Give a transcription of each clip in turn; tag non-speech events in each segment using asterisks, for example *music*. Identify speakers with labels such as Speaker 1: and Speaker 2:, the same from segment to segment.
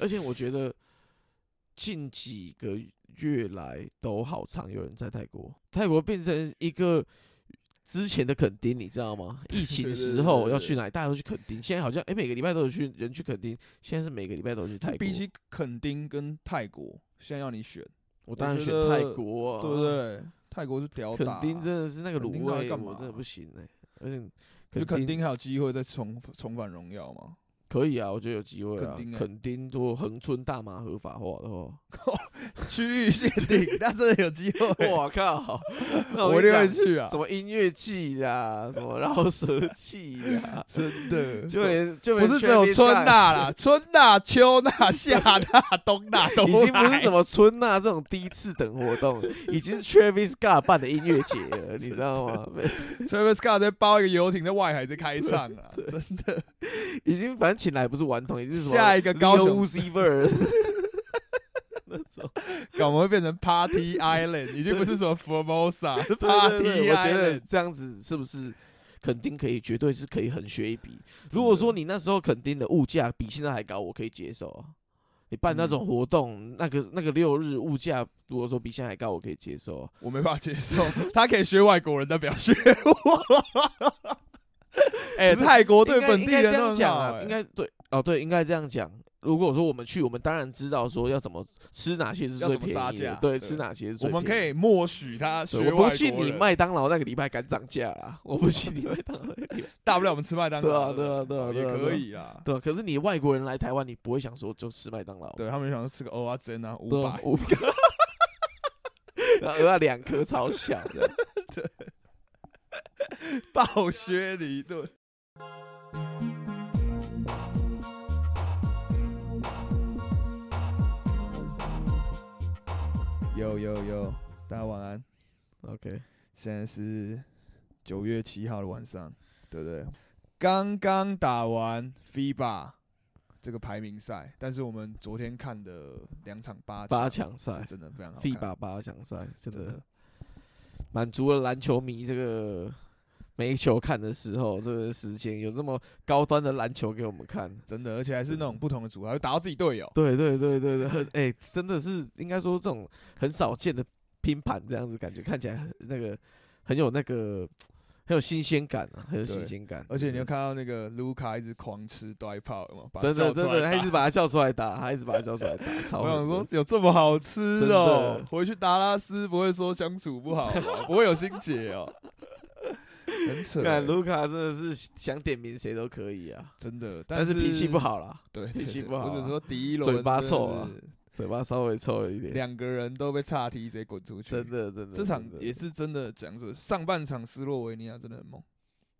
Speaker 1: 而且我觉得近几个月来都好常有人在泰国，泰国变成一个之前的垦丁，你知道吗？疫情时候要去哪里，大家都去垦丁。现在好像哎、每个礼拜都有去人去垦丁，现在是每个礼拜都有去泰国。
Speaker 2: 比起垦丁跟泰国，现在要你选，
Speaker 1: 我当然
Speaker 2: 觉
Speaker 1: 选
Speaker 2: 得
Speaker 1: 泰国、啊，
Speaker 2: 对不？对？泰国是屌打、啊
Speaker 1: 垦丁真的是那个
Speaker 2: 垦丁
Speaker 1: 卤
Speaker 2: 到底
Speaker 1: 味，
Speaker 2: 干嘛
Speaker 1: 我真的不行哎、而且
Speaker 2: 就
Speaker 1: 垦
Speaker 2: 垦丁还有机会再重重返荣耀吗？
Speaker 1: 可以啊，我觉得有机会啊
Speaker 2: 垦丁。欸
Speaker 1: 垦丁如果恒春大麻合法化的话，
Speaker 2: 区域限
Speaker 1: *laughs*
Speaker 2: 定，那真的有机会，
Speaker 1: 我靠， *laughs* 那
Speaker 2: 我
Speaker 1: 跟
Speaker 2: 一
Speaker 1: 你
Speaker 2: 定会
Speaker 1: 讲
Speaker 2: 去啊！，
Speaker 1: 什么音乐季啦，什么饶舌季啦
Speaker 2: *laughs* 真的，
Speaker 1: 就连就连
Speaker 2: 不是只有
Speaker 1: Travis
Speaker 2: 春
Speaker 1: Scott
Speaker 2: 娜啦，春娜、秋娜、夏娜、冬娜都
Speaker 1: 已经不是
Speaker 2: *laughs* 来
Speaker 1: 什么春娜这种低次等活
Speaker 2: *laughs*
Speaker 1: 动，已经是 Travis Scott 办的音乐节了，你知道吗？
Speaker 2: Travis Scott 在包一个游艇在外海在开唱
Speaker 1: *laughs*
Speaker 2: 啊，真的。
Speaker 1: *laughs* 已经反正请来不是顽童，已经是什么
Speaker 2: 下一个高雄
Speaker 1: c v e
Speaker 2: *laughs*
Speaker 1: r 那种。
Speaker 2: 搞我会变成 Party Island，已经不是什么 Formosa，
Speaker 1: *laughs*
Speaker 2: 是
Speaker 1: 对
Speaker 2: Party
Speaker 1: 对对，我觉得
Speaker 2: Island。
Speaker 1: 这样子是不是肯定可以，绝对是可以很学一笔。如果说你那时候肯定的物价比现在还高，我可以接受啊。你办那
Speaker 2: 嗯
Speaker 1: 种活动，那个那个六日物价，如果说比现在还高，我可以接受啊。
Speaker 2: 我没办法接受， *laughs* 他可以学外国人，但不要学我。
Speaker 1: *laughs*
Speaker 2: 哎、
Speaker 1: 可是
Speaker 2: 泰国
Speaker 1: 我
Speaker 2: 对本地人
Speaker 1: 这
Speaker 2: 都
Speaker 1: 样
Speaker 2: 很
Speaker 1: 讲
Speaker 2: 好、
Speaker 1: 啊，
Speaker 2: 哎
Speaker 1: 应该对哦，对，应该这样讲。如果说我们去，我们当然知道说要怎么吃哪些是
Speaker 2: 要
Speaker 1: 最
Speaker 2: 怎么
Speaker 1: 便
Speaker 2: 杀
Speaker 1: 宜的
Speaker 2: 价，
Speaker 1: 对，
Speaker 2: 对
Speaker 1: 吃哪些是最
Speaker 2: 我们可
Speaker 1: 便宜
Speaker 2: 以默许他
Speaker 1: 的。
Speaker 2: 学
Speaker 1: 对
Speaker 2: 外
Speaker 1: 我
Speaker 2: 国
Speaker 1: 不信你
Speaker 2: 人，
Speaker 1: 麦当劳那个礼拜敢涨价啊！我不信你麦当劳那个礼拜
Speaker 2: 大不了我们吃麦 *laughs* 当劳。
Speaker 1: 对啊对 *laughs* 啊对啊对啊
Speaker 2: 也
Speaker 1: 对啊
Speaker 2: 可以啦。
Speaker 1: 对啊，可是你外国人来台湾，你不会想说就吃麦当劳，
Speaker 2: 对他们就想说吃个欧啊珍啊，五
Speaker 1: 对啊
Speaker 2: 百，
Speaker 1: 五百， *laughs* 然后鹅啊两颗超小的。
Speaker 2: 暴削你一顿。有有有，大家晚安。
Speaker 1: OK，
Speaker 2: 现在是九月七号的晚上，对不对？刚刚打完 FIBA 这个排名赛，但是我们昨天看的两场八
Speaker 1: 八强
Speaker 2: 是
Speaker 1: 赛
Speaker 2: 真的非常好看
Speaker 1: ，FIBA 八强赛，真
Speaker 2: 真
Speaker 1: 的
Speaker 2: 的
Speaker 1: 满足了篮球迷这个没球看的时 *laughs* 候，这个时间有这么高端的篮球给我们看。
Speaker 2: 真的，而且还是那种不同的组合，还会打到自己队友。
Speaker 1: 对对对对对，很哎、真的是应该说这种很少见的拼盘，这样子感觉看起来很那个很有那个很有新鲜感啊，很有新
Speaker 2: 对
Speaker 1: 鲜感。
Speaker 2: 而且你
Speaker 1: 真
Speaker 2: 有
Speaker 1: 的
Speaker 2: 看到那个卢卡一直狂吃 d 炮嘛，把他
Speaker 1: 真的
Speaker 2: 叫
Speaker 1: 真
Speaker 2: 出来
Speaker 1: 的，他一
Speaker 2: 打
Speaker 1: 直把他叫出来打，他一直把他叫出来打， *laughs* 超
Speaker 2: 我想
Speaker 1: 狠的
Speaker 2: 说有这么好吃
Speaker 1: 真
Speaker 2: 哦
Speaker 1: 的，
Speaker 2: 回去达拉斯不会说相处不好吗？不会有心结哦，很扯欸、
Speaker 1: 看卢卡真的是想点名谁都可以啊，
Speaker 2: 真的，
Speaker 1: 但
Speaker 2: 是
Speaker 1: 是脾气不，好啦，
Speaker 2: 对，
Speaker 1: 脾气
Speaker 2: 对
Speaker 1: 不好
Speaker 2: 我只
Speaker 1: 啊
Speaker 2: 能说第一轮
Speaker 1: 嘴巴
Speaker 2: 真的
Speaker 1: 臭啊
Speaker 2: 是
Speaker 1: 嘴巴稍微臭一点。
Speaker 2: 两个人都被岔踢直接滚出去，
Speaker 1: 真。的真的，
Speaker 2: 这场
Speaker 1: 真的
Speaker 2: 也是真的讲说，上半场斯洛维尼亚真的很猛，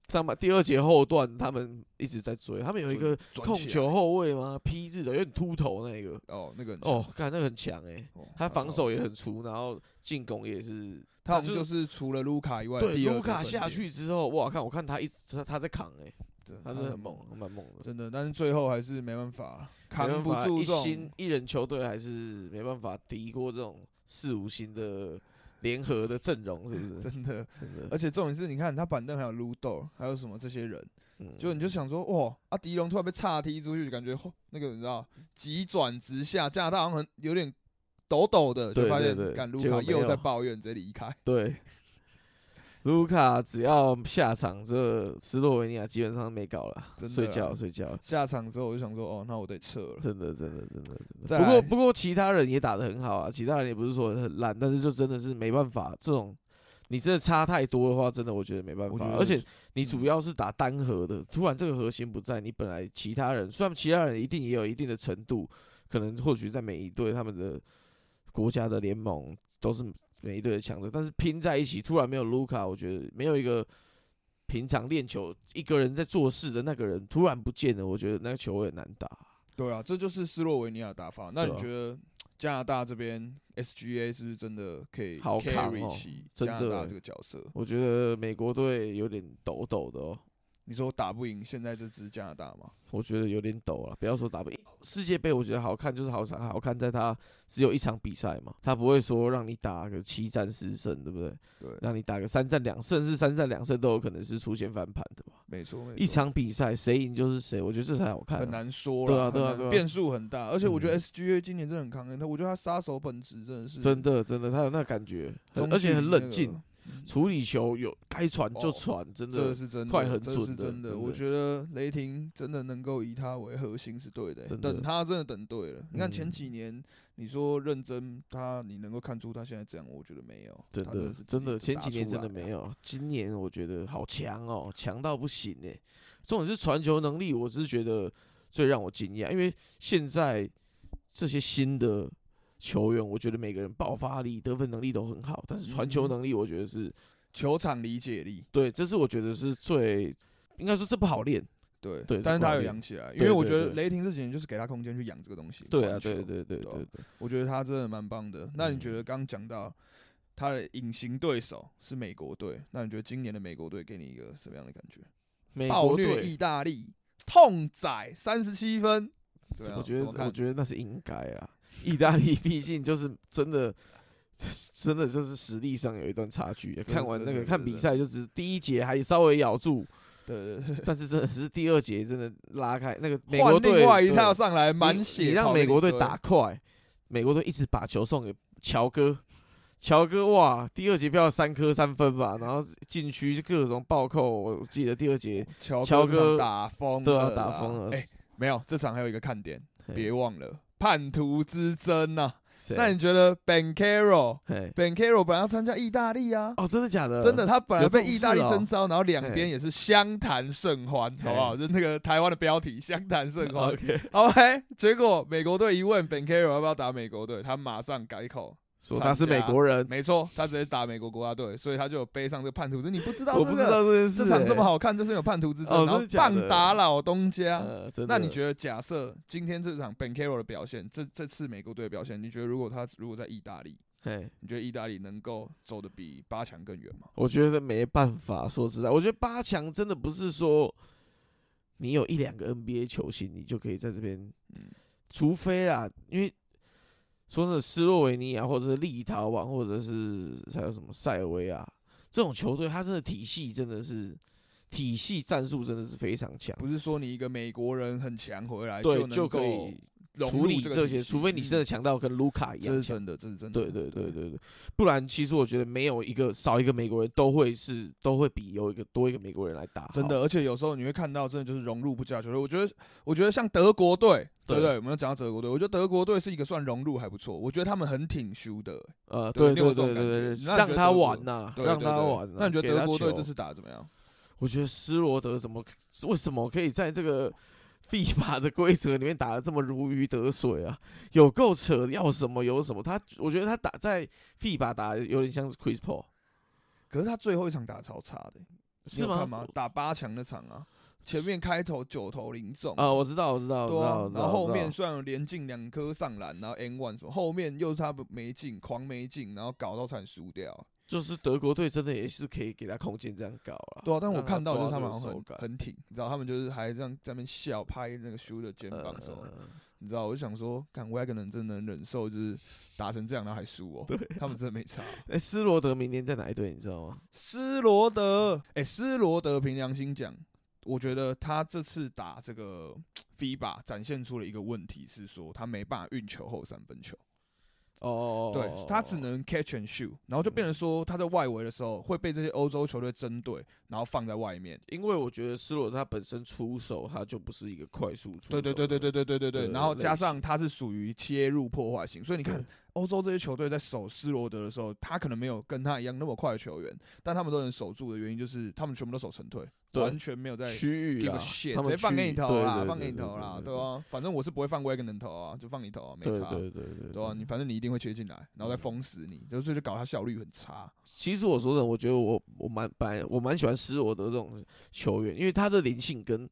Speaker 1: 上半第二节后段，他们一直在追，他们有一个
Speaker 2: 转
Speaker 1: 控
Speaker 2: 起来
Speaker 1: 球后卫吗？P 字的，有点秃头那个，
Speaker 2: 哦，那个很
Speaker 1: 哦，看那个很强哎、
Speaker 2: 强，哦
Speaker 1: 他防
Speaker 2: 超
Speaker 1: 守也很粗，然后进攻也是，
Speaker 2: 他好
Speaker 1: 他
Speaker 2: 像
Speaker 1: 就
Speaker 2: 就是除了卢卡以外的
Speaker 1: 对
Speaker 2: 第二
Speaker 1: 卢
Speaker 2: 个
Speaker 1: 卡
Speaker 2: 分
Speaker 1: 下
Speaker 2: 点，
Speaker 1: 去之后，哇，看我看他一直他他在扛哎、
Speaker 2: 对
Speaker 1: 他是
Speaker 2: 真的
Speaker 1: 很猛，蛮猛的，
Speaker 2: 真的，但是最后还是没办法，扛
Speaker 1: 没
Speaker 2: 不
Speaker 1: 办法
Speaker 2: 住
Speaker 1: 一
Speaker 2: 这种
Speaker 1: 星一人球队还是没办法敌过这种四五星的联合的阵容，是不是？
Speaker 2: *laughs* 真的，
Speaker 1: 真的，
Speaker 2: 而且重点是，你看他板凳还有卢豆，还有什么这些人，
Speaker 1: 嗯
Speaker 2: 就你就想说，哇，啊，迪龙突然被岔踢出去，就感觉吼那个你知道急转直下，加拿大好像很有点抖抖的，就
Speaker 1: 对
Speaker 2: 发
Speaker 1: 对
Speaker 2: 现
Speaker 1: 对
Speaker 2: 干卢
Speaker 1: 结
Speaker 2: 卡
Speaker 1: 果没
Speaker 2: 又在
Speaker 1: 有
Speaker 2: 抱怨，直接离开。
Speaker 1: 对。卢卡只要下场，这斯洛维尼亚基本上没搞了，
Speaker 2: 真的
Speaker 1: 睡
Speaker 2: 啊
Speaker 1: 觉睡觉，
Speaker 2: 下场之后我就想说，哦，那我得撤了。
Speaker 1: 真的真的真的
Speaker 2: 再
Speaker 1: 真的。不
Speaker 2: 来
Speaker 1: 过不过其他人也打得很好啊，其他人也不是说很烂，但是就真的是没办法，这种你真的差太多的话，真的我觉得没办
Speaker 2: 我觉
Speaker 1: 法。
Speaker 2: 得
Speaker 1: 而且你
Speaker 2: 嗯
Speaker 1: 主要是打单核的，突然这个核心不在，你本来其他人虽然其他人一定也有一定的程度，可能或许在每一队他们的国家的联盟都是每一队的强者，但是拼在一起，突然没有卢卡，我觉得没有一个。平常练球一个人在做事的那个人突然不见了，我觉得那个球会很难打。
Speaker 2: 对啊，这就是斯洛维尼亚的打法。那
Speaker 1: 对
Speaker 2: 你
Speaker 1: 啊
Speaker 2: 觉得加拿大这边 SGA 是不是真的可以
Speaker 1: 好扛
Speaker 2: carry
Speaker 1: 哦
Speaker 2: 起
Speaker 1: 真
Speaker 2: 加拿
Speaker 1: 的
Speaker 2: 大
Speaker 1: 欸
Speaker 2: 这个角色？
Speaker 1: 我觉得美国队有点抖抖的哦，
Speaker 2: 你说打不赢现在这支加拿大吗？
Speaker 1: 我觉得有点抖啊了。不要说打不赢世界杯，我觉得好看就是好看，好看在它只有一场比赛嘛，它不会说让你打个七战四胜，对不对？
Speaker 2: 对，
Speaker 1: 让你打个三战两胜，是三战两胜都有可能是出现翻盘的吧？
Speaker 2: 没错，没错
Speaker 1: 一场比赛谁赢就是谁，我觉得这才好看、啊。
Speaker 2: 很难说
Speaker 1: 对啊
Speaker 2: 啦
Speaker 1: 对啊
Speaker 2: 很难
Speaker 1: 对啊
Speaker 2: 变数很大，而且我觉得
Speaker 1: 嗯
Speaker 2: SGA 今年真的很抗恩，他我觉得他杀手本质真的是
Speaker 1: 真的真的，他有那感觉，很
Speaker 2: 中
Speaker 1: 而且
Speaker 2: 距
Speaker 1: 很
Speaker 2: 离那
Speaker 1: 冷
Speaker 2: 个
Speaker 1: 静，，处理球有该传就
Speaker 2: 哦
Speaker 1: 传，真
Speaker 2: 这
Speaker 1: 的
Speaker 2: 是真的，
Speaker 1: 快很
Speaker 2: 这
Speaker 1: 准
Speaker 2: 是
Speaker 1: 的
Speaker 2: 真的。
Speaker 1: 真
Speaker 2: 我
Speaker 1: 的
Speaker 2: 觉得雷霆真的能够以他为核心是对的欸，
Speaker 1: 真的
Speaker 2: 等他真的等对了。你看前
Speaker 1: 嗯
Speaker 2: 几年你说认真他，你能够看出他现在这样，我觉得没有，
Speaker 1: 真
Speaker 2: 他真
Speaker 1: 的
Speaker 2: 是自
Speaker 1: 真
Speaker 2: 己
Speaker 1: 的
Speaker 2: 就
Speaker 1: 前
Speaker 2: 打
Speaker 1: 几年
Speaker 2: 出
Speaker 1: 真的
Speaker 2: 来
Speaker 1: 没
Speaker 2: 了。
Speaker 1: 有，今年我觉得好强哦，强到不行哎。重点是传球能力，我是觉得最让我惊讶，因为现在这些新的球员，我觉得每个人爆发力、得分能力都很好，但是传球
Speaker 2: 嗯
Speaker 1: 能力，我觉得是
Speaker 2: 球场理解力，
Speaker 1: 对，这是我觉得是最应该说这不好练。
Speaker 2: 对
Speaker 1: 对
Speaker 2: 但
Speaker 1: 这
Speaker 2: 是
Speaker 1: 不好
Speaker 2: 他有
Speaker 1: 练
Speaker 2: 养起来，因
Speaker 1: 对
Speaker 2: 为我
Speaker 1: 对
Speaker 2: 觉得
Speaker 1: 对
Speaker 2: 雷霆这几年就是给他空间去养这个东西。
Speaker 1: 对
Speaker 2: 传
Speaker 1: 啊，对
Speaker 2: 球
Speaker 1: 对对
Speaker 2: 对
Speaker 1: 对
Speaker 2: 啊
Speaker 1: 对，
Speaker 2: 我觉得他真的蛮棒的。那你觉
Speaker 1: 嗯
Speaker 2: 得刚讲到他的隐形对手是美国队，那你觉得今年的美国队给你一个什么样的感觉？
Speaker 1: 美
Speaker 2: 暴
Speaker 1: 国
Speaker 2: 虐
Speaker 1: 队
Speaker 2: 意，大利，痛宰三十七分。怎么样
Speaker 1: 我觉得
Speaker 2: 啊怎么看
Speaker 1: 我觉得那是应该
Speaker 2: *laughs*
Speaker 1: 啊。意大利毕竟就是真的，真的就是实力上有一段差距。
Speaker 2: 的
Speaker 1: 看完那
Speaker 2: 真
Speaker 1: 个
Speaker 2: 的
Speaker 1: 看
Speaker 2: 真
Speaker 1: 比
Speaker 2: 的
Speaker 1: 赛，就只是第一节还稍微咬住，
Speaker 2: 对对对，
Speaker 1: 但是真的是第二节真的拉开那
Speaker 2: *laughs*
Speaker 1: 个美
Speaker 2: 换
Speaker 1: 国队
Speaker 2: 另外一
Speaker 1: 对
Speaker 2: 套上来，满
Speaker 1: 你
Speaker 2: 血
Speaker 1: 你让
Speaker 2: 跑给
Speaker 1: 美国队
Speaker 2: 追
Speaker 1: 打，快，美国队一直把球送给乔哥，乔哥哇，第二节飙了三颗三分吧，然后禁区各种暴扣，我记得第二节
Speaker 2: 乔
Speaker 1: 乔
Speaker 2: 这场
Speaker 1: 哥
Speaker 2: 打疯
Speaker 1: 都
Speaker 2: 了
Speaker 1: 要
Speaker 2: 啦，
Speaker 1: 打疯了
Speaker 2: 哎，没有，这场还有一个看点，
Speaker 1: 嘿
Speaker 2: 别忘了叛徒之争呐、
Speaker 1: 谁
Speaker 2: 那你觉得 Ben Caro
Speaker 1: 嘿
Speaker 2: Ben Caro 本来要参加意大利啊？
Speaker 1: 哦，真的假的？
Speaker 2: 真的，他本来
Speaker 1: 有这
Speaker 2: 被
Speaker 1: 种
Speaker 2: 意大利
Speaker 1: 事哦
Speaker 2: 征召，然后两
Speaker 1: 嘿
Speaker 2: 边也是相谈甚欢，好不好？就是那个台湾的标题“相谈甚
Speaker 1: *laughs*
Speaker 2: 欢 *laughs*
Speaker 1: OK，”。
Speaker 2: 好，哎，结果美国队一问 Ben Caro 要不要打美国队，他马上改口，
Speaker 1: 说他是美国人，
Speaker 2: 没错，他直接打美国国家队，所以他就有背上这个叛徒。这你不知道
Speaker 1: 我
Speaker 2: 这
Speaker 1: 不知
Speaker 2: 个
Speaker 1: 道这件事、欸
Speaker 2: 这场这么
Speaker 1: 好，
Speaker 2: 好看，就是有叛徒之争，
Speaker 1: 哦
Speaker 2: 然后
Speaker 1: 真的假的
Speaker 2: 棒打老东家。
Speaker 1: 呃、真的
Speaker 2: 那你觉得，假设今天这场 Ben Caro 的表现，这这次美国队的表现，你觉得如果他如果在意大利，
Speaker 1: 得？嘿，
Speaker 2: 你觉得意大利能够走得比八强更远吗？
Speaker 1: 我觉得没办法，说实在，我觉得八强真的不是说你有一两个 NBA 球星，你就可以在这边
Speaker 2: 嗯，
Speaker 1: 除非啦，因为说真的，斯洛维尼亚啊或者是立陶宛，或者是还有什么塞尔维亚这种球队，它真的体系真的是体系战术真的是非常强，
Speaker 2: 不是说你一个美国人很强回来
Speaker 1: 对，
Speaker 2: 能
Speaker 1: 就可
Speaker 2: 够
Speaker 1: 以
Speaker 2: 融
Speaker 1: 处
Speaker 2: 入
Speaker 1: 理
Speaker 2: 这个
Speaker 1: 这
Speaker 2: 体
Speaker 1: 些，
Speaker 2: 系
Speaker 1: 除非你真的
Speaker 2: 嗯
Speaker 1: 强到跟卢卡一
Speaker 2: 这是
Speaker 1: 样强。
Speaker 2: 真的，这是真的，啊
Speaker 1: 对对对对对，不然其实我觉得没有一个少一个美国人都会是都会比有一个多一个美国人来打好，
Speaker 2: 真的，而且有时候你会看到，真的就是融入不加球队。我觉得，我觉得像德国队，对不
Speaker 1: 对
Speaker 2: 对？我们要讲到德国队，我觉得德国队是一个算融入还不错，我觉得他们很挺输的、
Speaker 1: 呃，对
Speaker 2: 对你有没
Speaker 1: 对
Speaker 2: 有这种
Speaker 1: 对
Speaker 2: 感
Speaker 1: 对
Speaker 2: 觉
Speaker 1: 对，
Speaker 2: 那你觉
Speaker 1: 让
Speaker 2: 得
Speaker 1: 他
Speaker 2: 德国
Speaker 1: 玩呐，
Speaker 2: 对
Speaker 1: 让
Speaker 2: 对
Speaker 1: 他
Speaker 2: 对
Speaker 1: 玩呐。啊
Speaker 2: 那你觉得
Speaker 1: 给他
Speaker 2: 德国队
Speaker 1: 球
Speaker 2: 这次打得怎么样？
Speaker 1: 我觉得斯罗德怎么为什么可以在这个 FIBA 的规则里面打得这么如鱼得水啊？有够扯，要什么有什么。他我觉得他打在 FIBA 打得有点像是 Chris Paul，
Speaker 2: 可是他最后一场打得超差的、你
Speaker 1: 是
Speaker 2: 有看吗
Speaker 1: 吗？？
Speaker 2: 打八强那场啊，前面开头九投零中
Speaker 1: 啊，我知道，我知道，我知
Speaker 2: 对
Speaker 1: 道，
Speaker 2: 啊
Speaker 1: 我，知
Speaker 2: 然后
Speaker 1: 道
Speaker 2: 后
Speaker 1: 我知
Speaker 2: 面
Speaker 1: 道
Speaker 2: 虽然有连进两颗上篮，然后 N one 什么，后面又是他没进，狂没进，然后搞到惨输掉。
Speaker 1: 就是德国队真的也是可以给他空间这样搞啊。
Speaker 2: 对啊，但我
Speaker 1: 让他
Speaker 2: 看到就是
Speaker 1: 抓这
Speaker 2: 他们
Speaker 1: 个
Speaker 2: 好像
Speaker 1: 手
Speaker 2: 很
Speaker 1: 感，
Speaker 2: 很挺，你知道，他们就是还这样在那边笑，拍那个 s 的肩膀什么的，
Speaker 1: 呃
Speaker 2: 你知道，我就想说，看 Wagner 真能忍受，就是打成这样，然后还输哦，
Speaker 1: 啊
Speaker 2: 他们真的没差。
Speaker 1: 哎，斯罗德明年在哪一队你知道吗？
Speaker 2: 斯罗德，哎、斯罗德，凭良心讲，我觉得他这次打这个 FIBA 展现出了一个问题，是说他没办法运球后三分球。
Speaker 1: 哦，嗯
Speaker 2: 对他只能 catch and shoot，然后就变成说他在外围的时候会被这些欧洲球队针对，然后放在外面。
Speaker 1: 因为我觉得斯洛他本身出手，他就不是一个快速出
Speaker 2: 对
Speaker 1: 手。
Speaker 2: 对对对对。对对对对，
Speaker 1: 对
Speaker 2: 然后
Speaker 1: 类
Speaker 2: 加上
Speaker 1: 型
Speaker 2: 他是属于切入破坏型，所以你看
Speaker 1: 对
Speaker 2: 欧洲这些球队在守斯罗德的时候，他可能没有跟他一样那么快的球员，但他们都能守住的原因就是他们全部都守成退，
Speaker 1: 对
Speaker 2: 完全没有在
Speaker 1: 区域
Speaker 2: give
Speaker 1: 啊
Speaker 2: a，shit，
Speaker 1: 他
Speaker 2: 直接
Speaker 1: 们
Speaker 2: 放给你投啦，
Speaker 1: 啊，
Speaker 2: 放给你投啦，对
Speaker 1: 吧？
Speaker 2: 吧？反正我是不会犯规跟能投啊，就放你投啊，没
Speaker 1: 对
Speaker 2: 差，
Speaker 1: 对对对
Speaker 2: 对吧？你反正你一定会切进来，然后再封死你，就是就搞他效率很差。
Speaker 1: 其实我说真的，我觉得我我蛮本来我蛮喜欢斯罗德这种球员，因为他的灵性跟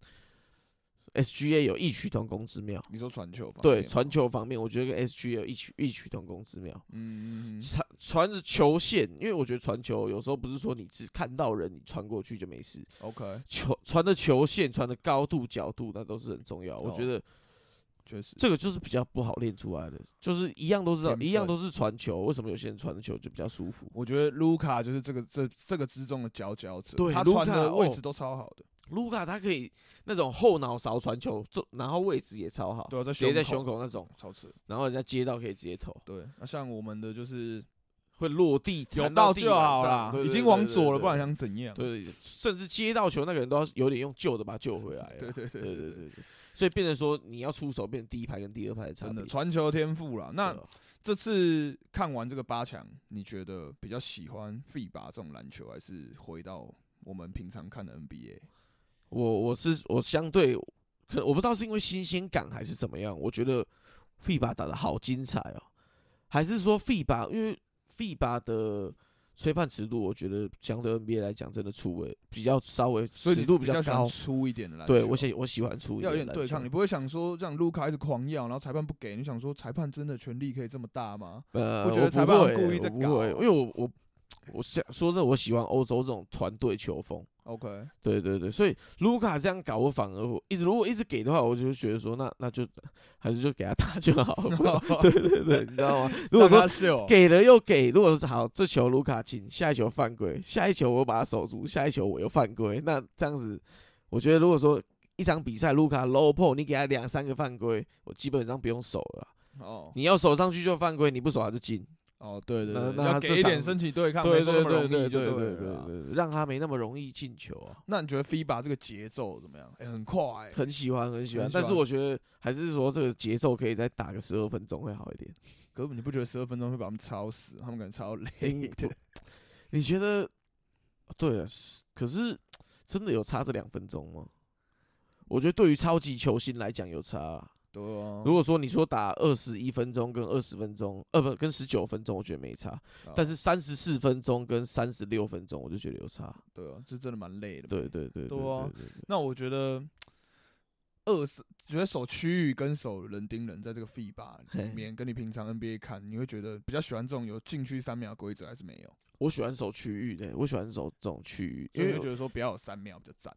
Speaker 1: SGA 有异曲同工之妙。
Speaker 2: 你说传球吧？
Speaker 1: 对传，球方面，我觉得跟 SGA 有异曲异曲同工之妙。
Speaker 2: 嗯嗯嗯
Speaker 1: 传传着球线，因为我觉得传球有时候不是说你只看到人你传过去就没事，
Speaker 2: ，OK，
Speaker 1: 球传的球线、传的高度、角度，那都是很重要。我
Speaker 2: 哦
Speaker 1: 觉得
Speaker 2: 确实，
Speaker 1: 这个就是比较不好练出来的，就是一样都是
Speaker 2: 天分
Speaker 1: 一样都是传球，为什么有些人传的球就比较舒服？
Speaker 2: 我觉得卢卡就是这个这这个之中的佼佼者，
Speaker 1: 对
Speaker 2: 他
Speaker 1: 卢
Speaker 2: 传
Speaker 1: 卡
Speaker 2: 的位
Speaker 1: 哦
Speaker 2: 置都超好的，
Speaker 1: 卢卡他可以那种后脑勺传球，就然后位置也超好，
Speaker 2: 对啊，在
Speaker 1: 直接在
Speaker 2: 胸
Speaker 1: 胸口那种，
Speaker 2: 超吃，
Speaker 1: 然后人家接到可以直接投，
Speaker 2: 对，那像我们的就是
Speaker 1: 会落地
Speaker 2: 有
Speaker 1: 弹到地
Speaker 2: 就好
Speaker 1: 板
Speaker 2: 啦
Speaker 1: 上，对
Speaker 2: 已
Speaker 1: 对
Speaker 2: 经
Speaker 1: 对
Speaker 2: 往
Speaker 1: 对
Speaker 2: 左了，
Speaker 1: 对
Speaker 2: 不然想怎样？
Speaker 1: 对，甚至接到球那个人都要有点用救的把他救回来啦。
Speaker 2: 对 *laughs* 对对
Speaker 1: 对
Speaker 2: 对
Speaker 1: 对对对，所以变成说你要出手，变成第一排跟第二排的差
Speaker 2: 真
Speaker 1: 别
Speaker 2: 的。传球天赋啦。那
Speaker 1: 对啊
Speaker 2: 这次看完这个八强，你觉得比较喜欢 FIBA 这种篮球，还是回到我们平常看的 NBA？
Speaker 1: 我我是我相对，可我不知道是因为新鲜感还是怎么样，我觉得 FIBA 打的好精彩哦，还是说 FIBA 因为 FIBA 的吹判尺度，我觉得相对 NBA 来讲真的出位比较稍微
Speaker 2: 所以
Speaker 1: 尺
Speaker 2: 你
Speaker 1: 度
Speaker 2: 比
Speaker 1: 较
Speaker 2: 较想
Speaker 1: 高，
Speaker 2: 粗一点的篮球。
Speaker 1: 对我喜我喜欢出一
Speaker 2: 要有
Speaker 1: 点
Speaker 2: 点
Speaker 1: 篮
Speaker 2: 对
Speaker 1: 球
Speaker 2: 抗，你不会想说让卢卡一直狂要，然后裁判不给，你想说裁判真的权力可以这么大吗？
Speaker 1: 呃，
Speaker 2: 我觉得
Speaker 1: 不
Speaker 2: 裁判
Speaker 1: 会
Speaker 2: 故意在
Speaker 1: 我不
Speaker 2: 搞哦
Speaker 1: 会因为我我我想说真的，我喜欢欧洲这种团队球风。
Speaker 2: OK，
Speaker 1: 对对对，所以卢卡这样搞，我反而我一直如果一直给的话，我就觉得说，那那就还是就给他打就好
Speaker 2: *laughs*
Speaker 1: 了。 *laughs* 对对对，你知道吗？ *laughs* 如果
Speaker 2: 让
Speaker 1: 说
Speaker 2: 他秀
Speaker 1: 给了又给，如果好这球卢卡进，下一球犯规，下一球我把他守住，下一球我又犯规，那这样子，我觉得如果说一场比赛卢卡 low p o 你给他两三个犯规，我基本上不用守了啊。
Speaker 2: 哦
Speaker 1: 你要守上去就犯规，你不守他就进。
Speaker 2: 哦，对对
Speaker 1: 那
Speaker 2: 对，
Speaker 1: 那
Speaker 2: 要
Speaker 1: 他
Speaker 2: 给
Speaker 1: 这
Speaker 2: 一点
Speaker 1: 场
Speaker 2: 身体对抗，
Speaker 1: 对
Speaker 2: 没说
Speaker 1: 对
Speaker 2: 那么容
Speaker 1: 对
Speaker 2: 易就
Speaker 1: 对对
Speaker 2: 对
Speaker 1: 对
Speaker 2: 了啦。
Speaker 1: 对，让他没那么容易进球啊。
Speaker 2: 那你觉得 FIBA 这个节奏怎么样？哎，很快，
Speaker 1: 很喜欢，很喜欢
Speaker 2: 很，喜
Speaker 1: 但是
Speaker 2: 欢
Speaker 1: 我觉得还是说这个节奏可以再打个十二分钟会好一点。
Speaker 2: 可是你不觉得十二分钟会把他们超死？他们可能超累。
Speaker 1: 嗯不 *laughs* 你觉得？对啊，是可是真的有差这两分钟吗？我觉得对于超级球星来讲有差啊、
Speaker 2: 对啊，
Speaker 1: 如果说你说打二十一分钟跟二十分钟，呃不跟十九分钟，我觉得没差。
Speaker 2: 哦
Speaker 1: 但是三十四分钟跟三十六分钟，我就觉得有差。
Speaker 2: 对啊，这真的蛮累的。
Speaker 1: 对对对
Speaker 2: 对啊
Speaker 1: 对对
Speaker 2: 那我觉得二十，觉得守区域跟守人盯人，在这个 FIBA 里
Speaker 1: 嘿
Speaker 2: 面，跟你平常 NBA 看，你会觉得比较喜欢这种有禁区三秒的规则，还是没有？
Speaker 1: 我喜欢守区域的，我喜欢守这种区域，
Speaker 2: 因
Speaker 1: 因
Speaker 2: 为
Speaker 1: 为
Speaker 2: 觉得说不要有三秒比较赞。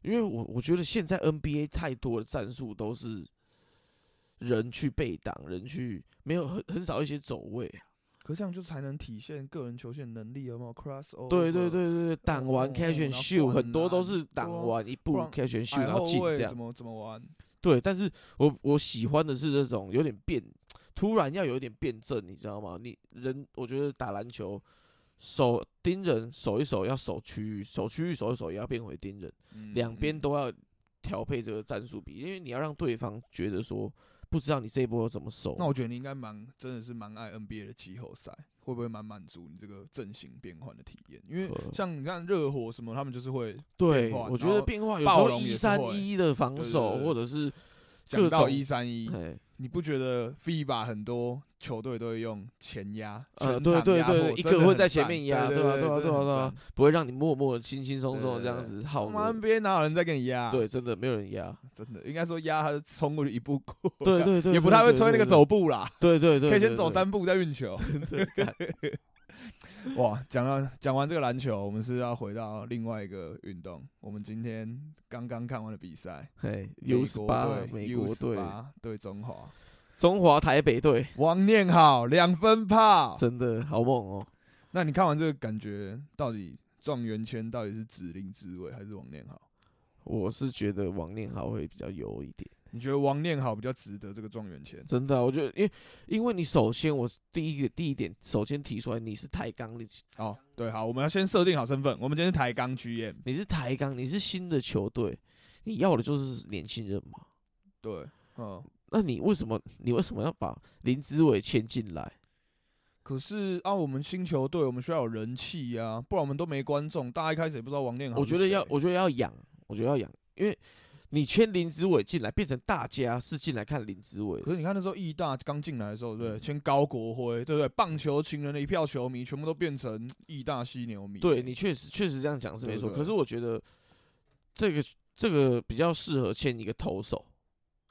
Speaker 1: 因为我我觉得现在 NBA 太多的战术都是人去被挡，人去没有很很少一些走位啊。
Speaker 2: 可是这样就才能体现个人球线能力，有没哦有？Cross over，
Speaker 1: 对对，对对，对挡完
Speaker 2: 哦
Speaker 1: catch
Speaker 2: 然
Speaker 1: and
Speaker 2: 后
Speaker 1: shoot，
Speaker 2: 灌
Speaker 1: 很多都
Speaker 2: 篮
Speaker 1: 是挡
Speaker 2: 对啊
Speaker 1: 完一步
Speaker 2: 然
Speaker 1: catch and shoot
Speaker 2: 矮
Speaker 1: 然后
Speaker 2: 后
Speaker 1: 进这
Speaker 2: 卫
Speaker 1: 样
Speaker 2: 怎。么怎么玩？
Speaker 1: 对，但是我我喜欢的是这种有点变，突然要有一点辩证，你知道吗？你人我觉得打篮球守盯人，守一守要守区域，守区域守一守也要变回盯人。
Speaker 2: 嗯
Speaker 1: 两边
Speaker 2: 嗯
Speaker 1: 都要调配这个战术比，因为你要让对方觉得说不知道你这一波怎么守。
Speaker 2: 那我觉得你应该蛮，真的是蛮爱 NBA 的季后赛，会不会蛮满足你这个阵型变换的体验？因为
Speaker 1: 呃
Speaker 2: 像你看热火什么，他们就是会
Speaker 1: 对，
Speaker 2: 变化
Speaker 1: 我觉
Speaker 2: 然
Speaker 1: 得
Speaker 2: 后
Speaker 1: 变化有时
Speaker 2: 暴
Speaker 1: 候
Speaker 2: 龙也
Speaker 1: 一
Speaker 2: 是
Speaker 1: 三
Speaker 2: 会
Speaker 1: 一的防
Speaker 2: 对对
Speaker 1: 守，
Speaker 2: 对
Speaker 1: 或者是
Speaker 2: 讲
Speaker 1: 各
Speaker 2: 到
Speaker 1: 种
Speaker 2: 一三一，
Speaker 1: 哎，
Speaker 2: 你不觉得 FIBA 很多球队都会用前压？
Speaker 1: 呃，
Speaker 2: 全
Speaker 1: 对
Speaker 2: 场
Speaker 1: 对
Speaker 2: 压
Speaker 1: 对，
Speaker 2: 迫
Speaker 1: 一
Speaker 2: 真的
Speaker 1: 个会
Speaker 2: 很
Speaker 1: 在前
Speaker 2: 赞
Speaker 1: 面压，
Speaker 2: 对
Speaker 1: 对啊对啊
Speaker 2: 对
Speaker 1: 对啊对啊，不会让你默默的轻轻松
Speaker 2: 对
Speaker 1: 松的
Speaker 2: 对
Speaker 1: 这样
Speaker 2: 对
Speaker 1: 子
Speaker 2: 我
Speaker 1: 耗
Speaker 2: 们
Speaker 1: 着。
Speaker 2: NBA 哪有人在跟你压？，
Speaker 1: 对，真的没有人
Speaker 2: *laughs*
Speaker 1: 压。
Speaker 2: 真的应该说压，他就冲过去一步过。
Speaker 1: 对对对，
Speaker 2: 啊也不
Speaker 1: 对
Speaker 2: 太会
Speaker 1: 对
Speaker 2: 吹那
Speaker 1: 对
Speaker 2: 个
Speaker 1: 对
Speaker 2: 走步啦，
Speaker 1: 对对对，
Speaker 2: 可以
Speaker 1: 对
Speaker 2: 先走。三步再
Speaker 1: *laughs*
Speaker 2: 运球。
Speaker 1: 对对干
Speaker 2: 哇，讲到讲完这个篮球，我们是要回到另外一个运动。我们今天刚刚看完的比赛
Speaker 1: 哎，U 十八
Speaker 2: 对
Speaker 1: 美
Speaker 2: U
Speaker 1: 国
Speaker 2: 十
Speaker 1: 队，
Speaker 2: 八对中华，
Speaker 1: 中华台北队，
Speaker 2: 王念好两分炮。
Speaker 1: 真的好猛哦。
Speaker 2: 那你看完这个感觉，到底状元签到底是指令之位还是王念好？
Speaker 1: 我是觉得王念豪会比较油一点。
Speaker 2: 你觉得王念好比较值得这个状元签？
Speaker 1: 真的啊、我觉得，因为因为你首先，我第一个第一点，首先提出来你是台钢，你
Speaker 2: 哦，对，好，我们要先设定好身份。我们今天是台钢 GM，
Speaker 1: 你是台钢，你是新的球队，你要的就是年轻人嘛。
Speaker 2: 对，嗯。
Speaker 1: 那你为什么你为什么要把林志伟签进来？
Speaker 2: 可是啊，我们新球队，我们需要有人气呀、不然我们都没观众。大家一开始也不知道王念好
Speaker 1: 我
Speaker 2: 是谁。
Speaker 1: 觉得要，我觉得要养，我觉得要养，因为你签林志伟进来，变成大家是进来看林志伟的
Speaker 2: 可，是你看那时候义大刚进来的时候，对
Speaker 1: 嗯
Speaker 2: 不对，签高国辉，对不对？棒球情人的一票球迷，全部都变成义大犀牛迷。
Speaker 1: 对你确实确实这样讲是没
Speaker 2: 对不
Speaker 1: 错，
Speaker 2: 对
Speaker 1: 可是我觉得这个这个比较适合签一个投手，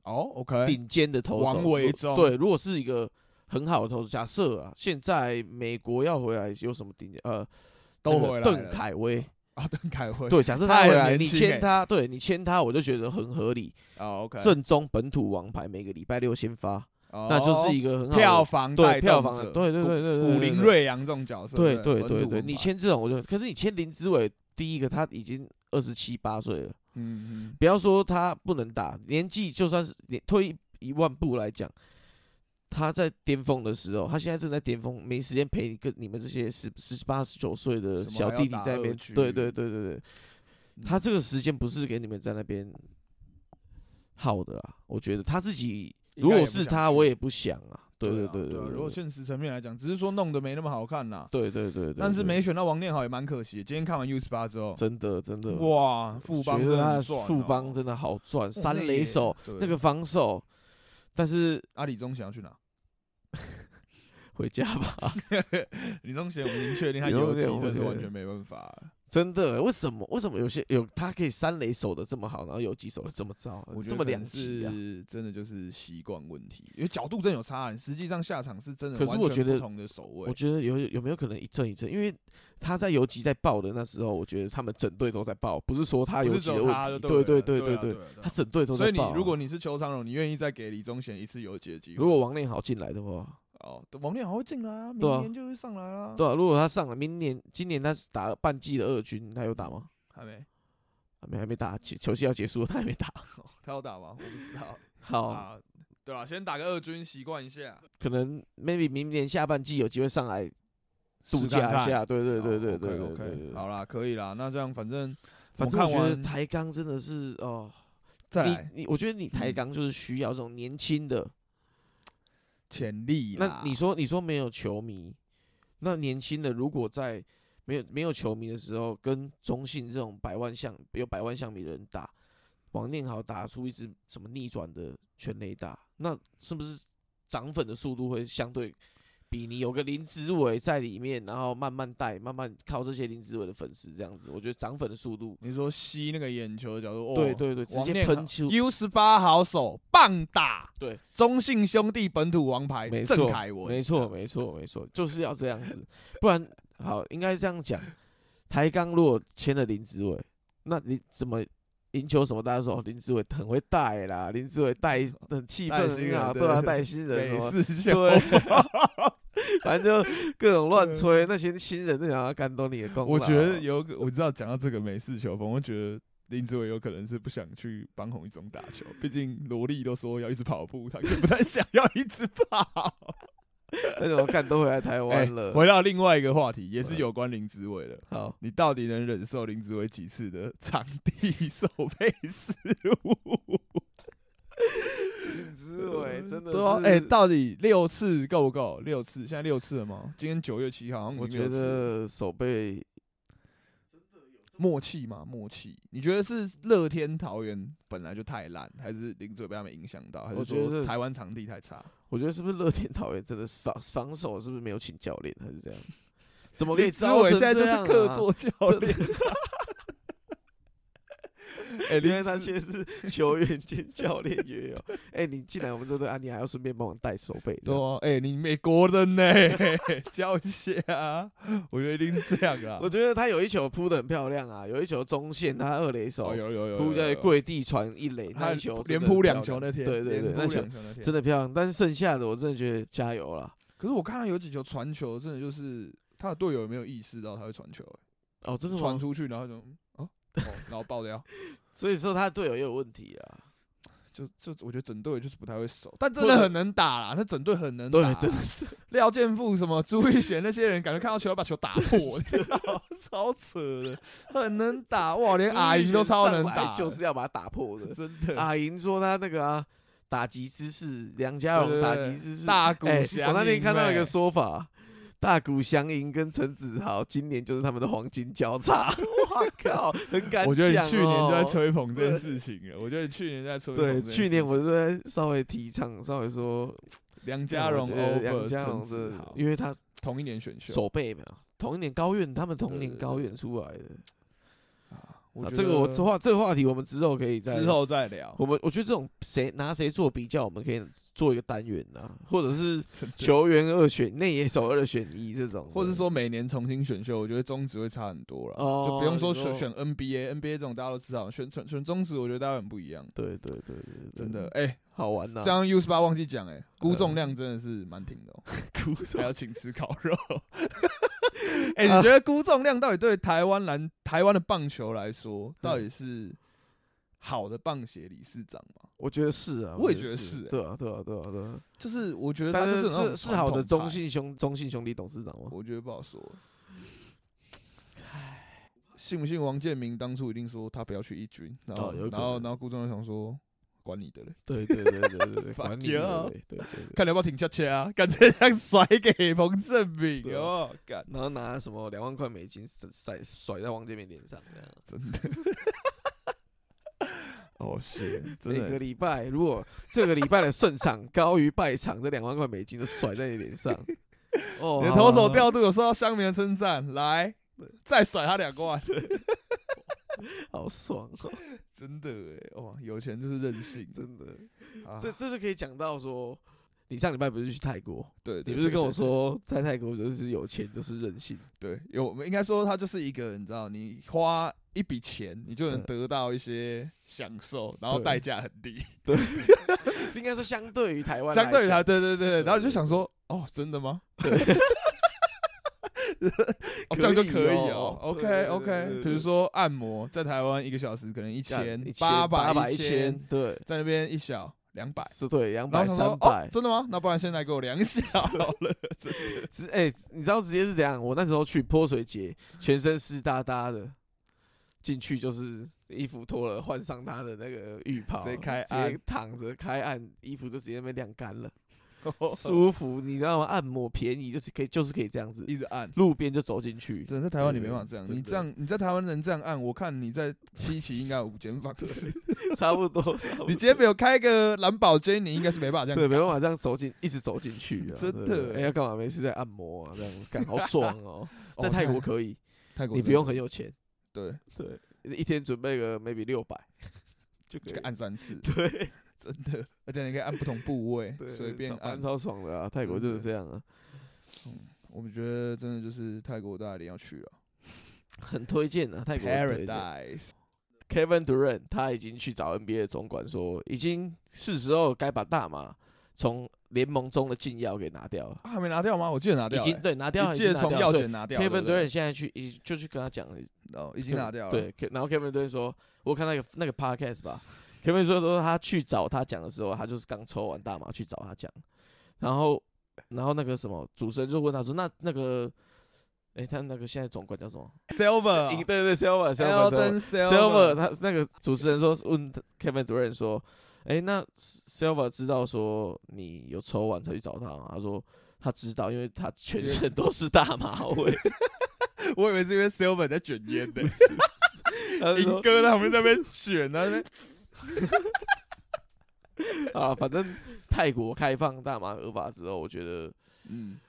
Speaker 2: 哦，OK，
Speaker 1: 顶尖的投手，
Speaker 2: 王
Speaker 1: 如
Speaker 2: 维忠
Speaker 1: 对，如果是一个很好的投手，假设啊，现在美国要回来有什么顶尖？呃，
Speaker 2: 都
Speaker 1: 那个
Speaker 2: 回来
Speaker 1: 邓
Speaker 2: 了
Speaker 1: 凯威，
Speaker 2: 啊， *laughs* 邓凯辉，
Speaker 1: 对，假设
Speaker 2: 他
Speaker 1: 他
Speaker 2: 还
Speaker 1: 回
Speaker 2: 很
Speaker 1: 来，
Speaker 2: 年
Speaker 1: 你
Speaker 2: 轻欸
Speaker 1: 签他，对你签他，我就觉得很合理。
Speaker 2: 哦，OK，
Speaker 1: 正宗本土王牌，每个礼拜六先发，那
Speaker 2: 那
Speaker 1: 就是一个很好的
Speaker 2: 票房
Speaker 1: 对
Speaker 2: 带动
Speaker 1: 票房
Speaker 2: 者
Speaker 1: 的，对对
Speaker 2: 古
Speaker 1: 对对对，
Speaker 2: 古林
Speaker 1: 对。
Speaker 2: 瑞阳这种角色，
Speaker 1: 对
Speaker 2: 对
Speaker 1: 对
Speaker 2: 不
Speaker 1: 对
Speaker 2: 本土
Speaker 1: 对，
Speaker 2: 王
Speaker 1: 你
Speaker 2: 牌
Speaker 1: 签这种我就，可是你签林志伟，第一个他已经二十七八岁了，
Speaker 2: 嗯嗯
Speaker 1: 不要说他不能打，年纪就算是你退一万步来讲，他在巅峰的时候，他现在正在巅峰，没时间陪你跟你们这些十十八十九岁的
Speaker 2: 什么
Speaker 1: 小
Speaker 2: 还要
Speaker 1: 弟弟
Speaker 2: 打
Speaker 1: 在那
Speaker 2: 二
Speaker 1: 边
Speaker 2: 局，
Speaker 1: 对对对对对，
Speaker 2: 嗯，
Speaker 1: 他这个时间不是给你们在那边耗的啊，我觉得他自己
Speaker 2: 应
Speaker 1: 如
Speaker 2: 该也
Speaker 1: 果
Speaker 2: 不
Speaker 1: 是
Speaker 2: 想
Speaker 1: 他，
Speaker 2: 去
Speaker 1: 我也不想啊，对对
Speaker 2: 对啊
Speaker 1: 对
Speaker 2: 啊
Speaker 1: 对，
Speaker 2: 如果现实层面来讲，只是说弄得没那么好看啦，
Speaker 1: 对对对对，
Speaker 2: 但是
Speaker 1: 对
Speaker 2: 没选到王念豪也蛮可惜的。今天看完 U 十八之后，
Speaker 1: 真的真的
Speaker 2: 哇，富邦
Speaker 1: 觉
Speaker 2: 真
Speaker 1: 得
Speaker 2: 的
Speaker 1: 他
Speaker 2: 很
Speaker 1: 的
Speaker 2: 赚哦
Speaker 1: 富邦真的好赚，三
Speaker 2: 那
Speaker 1: 垒
Speaker 2: 也
Speaker 1: 手
Speaker 2: 对
Speaker 1: 那个防守，但是
Speaker 2: 啊，李宗贤要去哪？ *laughs*
Speaker 1: 回家吧，
Speaker 2: 李宗贤，我们已经确定他
Speaker 1: 有
Speaker 2: 游击
Speaker 1: 点我
Speaker 2: 真是
Speaker 1: 觉
Speaker 2: 完
Speaker 1: 得
Speaker 2: 全没办法了。
Speaker 1: *laughs* 真的为什么为什么有些有他可以三垒守的这么好，然后有几守的这么糟，
Speaker 2: 我觉
Speaker 1: 哦这
Speaker 2: 得
Speaker 1: 么
Speaker 2: 可能
Speaker 1: 两极啊？
Speaker 2: 是真的就是习惯问题，因为角度真的有差啊。你实际上下场是真的
Speaker 1: 可是
Speaker 2: 完
Speaker 1: 我
Speaker 2: 全
Speaker 1: 觉
Speaker 2: 不
Speaker 1: 得
Speaker 2: 同的守卫
Speaker 1: 我，觉得有有没有可能一阵一阵，因为他在游击在爆的那时候，我觉得他们整队都在爆，不是说他
Speaker 2: 不
Speaker 1: 游
Speaker 2: 是
Speaker 1: 击
Speaker 2: 只
Speaker 1: 的
Speaker 2: 有他
Speaker 1: 问
Speaker 2: 就
Speaker 1: 题，
Speaker 2: 了
Speaker 1: 对对
Speaker 2: 对
Speaker 1: 对
Speaker 2: 啊对
Speaker 1: 对，
Speaker 2: 啊对啊
Speaker 1: 他整队都
Speaker 2: 所
Speaker 1: 在
Speaker 2: 以你
Speaker 1: 爆啊。
Speaker 2: 如果你是邱昌荣，你愿意再给李宗贤一次游击的机会？
Speaker 1: 如果王练好进来的话，
Speaker 2: 哦，王念豪会进来啊，
Speaker 1: 对啊
Speaker 2: 明年就会上来啦。
Speaker 1: 对啊，如果他上了，明年今年他是打了半季的二军，他有打吗？
Speaker 2: 还没，
Speaker 1: 还没还没打，球球季要结束了，他还没
Speaker 2: *laughs*
Speaker 1: 打。
Speaker 2: 他要打吗？我不知道
Speaker 1: 好，
Speaker 2: 啊。对啊，先打个二军习惯一下，
Speaker 1: 可能 maybe 明年下半季有机会上来度
Speaker 2: 试
Speaker 1: 假
Speaker 2: 看
Speaker 1: 一
Speaker 2: 看。
Speaker 1: 下，对对对对对对
Speaker 2: o k
Speaker 1: 对
Speaker 2: OK，
Speaker 1: 对。
Speaker 2: 好啦，可以啦。那这样反正
Speaker 1: 反正
Speaker 2: 我
Speaker 1: 我
Speaker 2: 看
Speaker 1: 觉得
Speaker 2: 完
Speaker 1: 台钢真的是哦，
Speaker 2: 再来
Speaker 1: 你你，我觉得你台
Speaker 2: 嗯
Speaker 1: 钢就是需要这种年轻的。
Speaker 2: 潜力啦
Speaker 1: 那你说你说没有球迷，那年轻的如果在没有没有球迷的时候，跟中信这种百万项有百万项米的人打，王念豪打出一支什么逆转的全垒打，那是不是涨粉的速度会相对比你有个林子伟在里面，然后慢慢带，慢慢靠这些林子伟的粉丝这样子，我觉得涨粉的速度，
Speaker 2: 你说吸那个眼球的角度，哦、
Speaker 1: 对对对，直
Speaker 2: 王
Speaker 1: 接
Speaker 2: 念豪
Speaker 1: 喷出，
Speaker 2: U 十八好手棒打，
Speaker 1: 对，
Speaker 2: 中信兄弟本土王牌
Speaker 1: 没
Speaker 2: 郑
Speaker 1: 错
Speaker 2: 凯文，
Speaker 1: 没错，没错，没错，就是要这样子，不然好，应该这样讲，台钢如果签了林志伟，那你怎么赢球什么？大家说、哦、林志伟很会带啦，林志伟带很气
Speaker 2: 哦带
Speaker 1: 氛
Speaker 2: 新
Speaker 1: 很
Speaker 2: 人
Speaker 1: 好，
Speaker 2: 对
Speaker 1: 对啊，带新人什么，
Speaker 2: 美式秀，
Speaker 1: 对， *laughs* 反正就各种乱吹，那些新人都想要干动你的功劳。
Speaker 2: 嗯
Speaker 1: 啊
Speaker 2: 我觉得有可，我知道讲到这个美式球风，我觉得林志伟有可能是不想去帮洪一中打球，毕竟萝莉都说要一直跑步，他也不太想要一直
Speaker 1: *laughs*
Speaker 2: 跑。
Speaker 1: 那怎么干都回来
Speaker 2: 哎
Speaker 1: 台湾了。
Speaker 2: 回到另外一个话题，也是
Speaker 1: 对
Speaker 2: 有关林志伟的。
Speaker 1: 好，
Speaker 2: 你到底能忍受林志伟几次的场地手背失误？
Speaker 1: 林志伟 *laughs* 真的
Speaker 2: 对
Speaker 1: 是，
Speaker 2: 啊，哎、到底六次够不够？六次，现在六次了吗？今天九月七号，好像已
Speaker 1: 我
Speaker 2: 经六
Speaker 1: 觉
Speaker 2: 次了
Speaker 1: 得手背
Speaker 2: 默契嘛，默契。你觉得是乐天桃园本来就太烂，还是林志伟被他们影响到，还是
Speaker 1: 我觉
Speaker 2: 说
Speaker 1: 得
Speaker 2: 台湾场地太差？
Speaker 1: 我觉得是不是乐天桃园真的是防防守是不是没有请教练还是这样？怎么可以
Speaker 2: 林志
Speaker 1: 糟
Speaker 2: 伟
Speaker 1: 成
Speaker 2: 现在就
Speaker 1: 这
Speaker 2: 是
Speaker 1: 样
Speaker 2: 客
Speaker 1: 啊
Speaker 2: 座教
Speaker 1: 真的
Speaker 2: 练，
Speaker 1: *laughs*
Speaker 2: 哎，
Speaker 1: 因为
Speaker 2: 林
Speaker 1: 他
Speaker 2: 志
Speaker 1: 现在是球员兼教练也有。哎、你进来我们这队啊，你还要顺便帮我带手背。
Speaker 2: 对啊，哎、你美国的呢， *laughs* 教一下啊！我觉得一定是这样啊。
Speaker 1: *laughs* 我觉得他有一球扑的很漂亮啊，有一球中线他二垒手
Speaker 2: 哦，有有有，
Speaker 1: 扑在
Speaker 2: 有，
Speaker 1: 跪地传一垒，
Speaker 2: 有
Speaker 1: 那
Speaker 2: 他
Speaker 1: 一球真
Speaker 2: 连
Speaker 1: 的
Speaker 2: 扑
Speaker 1: 很
Speaker 2: 两
Speaker 1: 漂
Speaker 2: 球
Speaker 1: 亮
Speaker 2: 那天，
Speaker 1: 对对对，
Speaker 2: 连
Speaker 1: 那
Speaker 2: 扑
Speaker 1: 球
Speaker 2: 两球那天
Speaker 1: 真。的漂亮。但是剩下的我真的觉得加油啦。
Speaker 2: 可是我看他有几球传球，真的就是他的队友有没有意识到他会传球、
Speaker 1: 哦，真的
Speaker 2: 传
Speaker 1: 吗？
Speaker 2: 出去然后就嗯哦哦，然后爆掉。
Speaker 1: 所以说他的队友也有问题啊。
Speaker 2: 就就我觉得整队就是不太会守，但真
Speaker 1: 或
Speaker 2: 的
Speaker 1: 者
Speaker 2: 很能打啦，那整队很能打
Speaker 1: 对
Speaker 2: 啦，
Speaker 1: 真的
Speaker 2: *laughs* 廖健富什么朱玉贤那些人，感觉看到球要把球打破，你知道
Speaker 1: 哦
Speaker 2: 吗 *laughs* 超扯的，很能打哇，连阿银都超能打的，
Speaker 1: 就是要把它打破
Speaker 2: *laughs*
Speaker 1: 的。
Speaker 2: 真的
Speaker 1: 阿银说他那个啊，打击姿势，梁家荣打击姿势。
Speaker 2: 大鼓
Speaker 1: 哎
Speaker 2: 响、
Speaker 1: 我那天看
Speaker 2: 欸
Speaker 1: 到一个，说法，大谷翔银跟陈子豪今年就是他们的黄金交
Speaker 2: *laughs*
Speaker 1: 叉。我靠，很敢讲、哦。
Speaker 2: 我觉得你去年就在。吹捧这件事情了，我觉得你去年在吹捧这件
Speaker 1: 对，
Speaker 2: 事情，
Speaker 1: 去年我就在稍微提倡，稍微说
Speaker 2: 梁家荣、
Speaker 1: 我觉得梁
Speaker 2: over
Speaker 1: 家荣
Speaker 2: 陈子
Speaker 1: 是
Speaker 2: 豪，
Speaker 1: 因为他
Speaker 2: 同一年选秀，
Speaker 1: 手背嘛，同一年高院，他们同
Speaker 2: 对
Speaker 1: 年
Speaker 2: 对
Speaker 1: 高院出来的，
Speaker 2: 我
Speaker 1: 啊
Speaker 2: 觉
Speaker 1: 这个我
Speaker 2: 得
Speaker 1: 这话这个话题我们之后可以再
Speaker 2: 之后再聊。
Speaker 1: 我们我觉得这种谁拿谁做比较，我们可以做一个单元呐、或者是
Speaker 2: 真的
Speaker 1: 球员二选内野手二选一这种的，
Speaker 2: 或者说每年重新选秀，我觉得中职会差很多了，
Speaker 1: 哦
Speaker 2: 就不用说
Speaker 1: 你
Speaker 2: 选
Speaker 1: 说
Speaker 2: 选 NBA，NBA 这种大家都知道，选选选中职，我觉得大家很不一样，
Speaker 1: 对对对对对，
Speaker 2: 真的。哎、
Speaker 1: 好玩呐、
Speaker 2: 这样 U 十八忘记讲，
Speaker 1: 嗯
Speaker 2: 哎，估重量真的是蛮挺的、
Speaker 1: *laughs*
Speaker 2: 哦，
Speaker 1: 哭
Speaker 2: 还
Speaker 1: 手
Speaker 2: 要请吃烤 *laughs* 肉。哎、你觉得估重量到底对台湾篮台湾的棒球来说，到底是好的棒协理事长吗？
Speaker 1: 我觉得是啊，
Speaker 2: 我也
Speaker 1: 觉
Speaker 2: 觉得是欸
Speaker 1: 对啊对啊对啊对啊，
Speaker 2: 就是我觉得他
Speaker 1: 但
Speaker 2: 就是是那种
Speaker 1: 是是好的
Speaker 2: 传统
Speaker 1: 中
Speaker 2: 派，
Speaker 1: 信兄中信兄弟董事长吗？
Speaker 2: 我觉得不好说。信不信王建民当初一定说他不要去一军，然后、
Speaker 1: 哦有可
Speaker 2: 然后
Speaker 1: 能
Speaker 2: 然后顾仲又想说管你的嘞，
Speaker 1: 对对对对对
Speaker 2: *laughs*
Speaker 1: 对，管
Speaker 2: Fuck
Speaker 1: 理的
Speaker 2: you
Speaker 1: 对对对对，
Speaker 2: 看你要不要停下车啊， *laughs* 干脆这样甩给彭正明
Speaker 1: 对啊
Speaker 2: 哦，干
Speaker 1: 然后拿什么两万块美金甩甩甩在王建民脸上这样。
Speaker 2: 真的，哦 *laughs* 是真
Speaker 1: 每个
Speaker 2: 的，
Speaker 1: 礼拜，如果这个礼拜的胜场高于败场，这两万块美金就甩在你脸
Speaker 2: *laughs*
Speaker 1: 上。哦
Speaker 2: 你的投手
Speaker 1: 掉，
Speaker 2: 调度有受到乡民的称赞，来再甩他两万，
Speaker 1: 好爽哦，
Speaker 2: 真的哎，哇，有钱就是任性，
Speaker 1: 真的。
Speaker 2: 啊
Speaker 1: 这这就可以讲到说，你上礼拜不是去泰国？
Speaker 2: 对，对
Speaker 1: 你不是
Speaker 2: 对
Speaker 1: 跟我
Speaker 2: 对
Speaker 1: 说在泰国就是有钱就是任性？
Speaker 2: 对，有我们应该说，它就是一个你知道，你花一笔钱，你就能
Speaker 1: 嗯
Speaker 2: 得到一些享受，然后
Speaker 1: 对
Speaker 2: 代价很低，
Speaker 1: 应该说相对于台湾来
Speaker 2: 相
Speaker 1: 讲，
Speaker 2: 对于它，对对对，
Speaker 1: 对
Speaker 2: 然后你就
Speaker 1: 对
Speaker 2: 想说，哦，真的
Speaker 1: *laughs*
Speaker 2: 吗？
Speaker 1: 对
Speaker 2: *laughs* 哦，这样就可
Speaker 1: 可
Speaker 2: 以
Speaker 1: 以
Speaker 2: 哦
Speaker 1: 哦。
Speaker 2: OK
Speaker 1: 对对
Speaker 2: OK，
Speaker 1: 对
Speaker 2: 比如
Speaker 1: 对
Speaker 2: 说按摩，在台湾一个小时可能一
Speaker 1: 干
Speaker 2: 千
Speaker 1: 一
Speaker 2: 八
Speaker 1: 八
Speaker 2: 百
Speaker 1: 一
Speaker 2: 千，
Speaker 1: 对，
Speaker 2: 在那边一小两百。
Speaker 1: 是对两百
Speaker 2: 然后想说
Speaker 1: 三，
Speaker 2: 哦
Speaker 1: 百，。
Speaker 2: 真的吗？那不然现在给我两小好
Speaker 1: *laughs*
Speaker 2: 了。
Speaker 1: 直哎、你知道直接是怎样？我那时候去泼水节，全身湿哒哒的，进去就是衣服脱了，换上他的那个浴袍，
Speaker 2: 直接开
Speaker 1: 直
Speaker 2: 按
Speaker 1: 接躺着开按，衣服就直接被晾干了，
Speaker 2: 哦
Speaker 1: 舒服，你知道吗？按摩便宜，就是可以，就是可以这样子，
Speaker 2: 一直按，
Speaker 1: 路边就走进去，
Speaker 2: 真的在台湾你
Speaker 1: 对
Speaker 2: 没办法这样。
Speaker 1: 真
Speaker 2: 你
Speaker 1: 的
Speaker 2: 这样，你在台湾能这样按，我看你在西奇应该有五
Speaker 1: *laughs*
Speaker 2: 间房子。
Speaker 1: 差不多。差不多
Speaker 2: 你今天没有开个蓝宝坚，你应该是没办法这样。
Speaker 1: 哦对，没办法这样走进，一直走进去啊，
Speaker 2: 真
Speaker 1: 对
Speaker 2: 的。
Speaker 1: 对哎、要干嘛？没事在按摩啊，这样干好爽哦
Speaker 2: 哦
Speaker 1: 在泰国可以，
Speaker 2: 泰国
Speaker 1: 你
Speaker 2: 真的
Speaker 1: 不用很有钱，
Speaker 2: 对，
Speaker 1: 对，一天准备个 maybe 六百就可
Speaker 2: 就
Speaker 1: 以
Speaker 2: 可以。 *laughs* 按三次，
Speaker 1: 对，
Speaker 2: 真的，而且你可以按不同部位，随便
Speaker 1: 超
Speaker 2: 按
Speaker 1: 反。超爽的啊！泰国
Speaker 2: 真
Speaker 1: 就
Speaker 2: 的
Speaker 1: 是这样啊，
Speaker 2: 我们觉得真的就是泰国大家一定要去了
Speaker 1: 很推荐啊，泰国很推荐。
Speaker 2: ，Paradise。
Speaker 1: Kevin Durant 他已经去找 NBA 的总管说，已经是时候该把大麻从联盟中的禁药给拿掉了，
Speaker 2: 啊，还没拿掉吗？我记得拿掉
Speaker 1: 已
Speaker 2: 了，
Speaker 1: 经对拿掉了，
Speaker 2: 一
Speaker 1: 已
Speaker 2: 届
Speaker 1: 经拿
Speaker 2: 从
Speaker 1: 掉
Speaker 2: 药
Speaker 1: 了对
Speaker 2: 检拿掉对
Speaker 1: Kevin
Speaker 2: 不对
Speaker 1: Durant 现在去已就去跟他讲，
Speaker 2: 哦，已经拿掉
Speaker 1: *laughs*
Speaker 2: 了。
Speaker 1: 对，Ke- 然后 Kevin Durant 说，我看那个那个 podcast 吧，Kevin 说说他去找他讲的时候，他就是刚抽完大麻去找他讲，然后然后那个什么主持人就问他说，那那个，哎、他那个现在总管叫什么？
Speaker 2: ，Silver，
Speaker 1: 对对 s i l v e r s i l v e r
Speaker 2: Elden
Speaker 1: Silver，
Speaker 2: Silver，
Speaker 1: 他那个主持人说问 Kevin Durant 说，哎、那 Silver 知道说你有抽完才去找他吗？他说他知道，因为他全身都是大麻味。
Speaker 2: *laughs* 我以为是因为 Silver 在卷烟的，
Speaker 1: *laughs* 他就
Speaker 2: 英
Speaker 1: 说
Speaker 2: 哥在旁边在那边卷，在那边
Speaker 1: *laughs* 啊，反正泰国开放大麻合法之后，我觉得
Speaker 2: 嗯。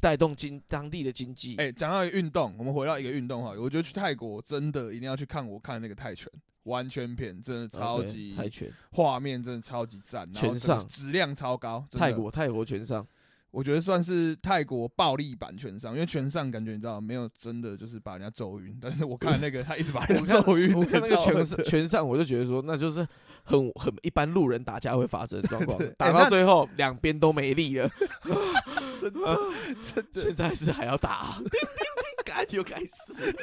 Speaker 1: 带动经当地的经济。
Speaker 2: 哎、讲到一个运动，我们回到一个运动哈，我觉得去泰国真的一定要去看我看那个泰拳完全片，真的
Speaker 1: 啊
Speaker 2: 超
Speaker 1: 对
Speaker 2: 级
Speaker 1: 泰拳，
Speaker 2: 画面，真的超级赞，然后
Speaker 1: 全
Speaker 2: 整个
Speaker 1: 上
Speaker 2: 质量超高。真的
Speaker 1: 泰，国泰国拳上，
Speaker 2: 我觉得算是泰国暴力版拳上，因为拳上感觉你知道没有真的就是把人家揍晕，但是我看那个他一直把人
Speaker 1: 我
Speaker 2: 家
Speaker 1: 看
Speaker 2: 揍晕，
Speaker 1: 我看那个
Speaker 2: 超 *laughs*
Speaker 1: 拳
Speaker 2: 恶
Speaker 1: 上
Speaker 2: 心
Speaker 1: 拳上，我就觉得说那就是很很一般路人打架会发生的状况
Speaker 2: 对，
Speaker 1: 打
Speaker 2: 哎
Speaker 1: 到
Speaker 2: 那
Speaker 1: 最后两边都没力了。
Speaker 2: *laughs*
Speaker 1: *laughs*
Speaker 2: 真的真的
Speaker 1: 现在是还要
Speaker 2: *laughs*
Speaker 1: 打，赶紧又开始了。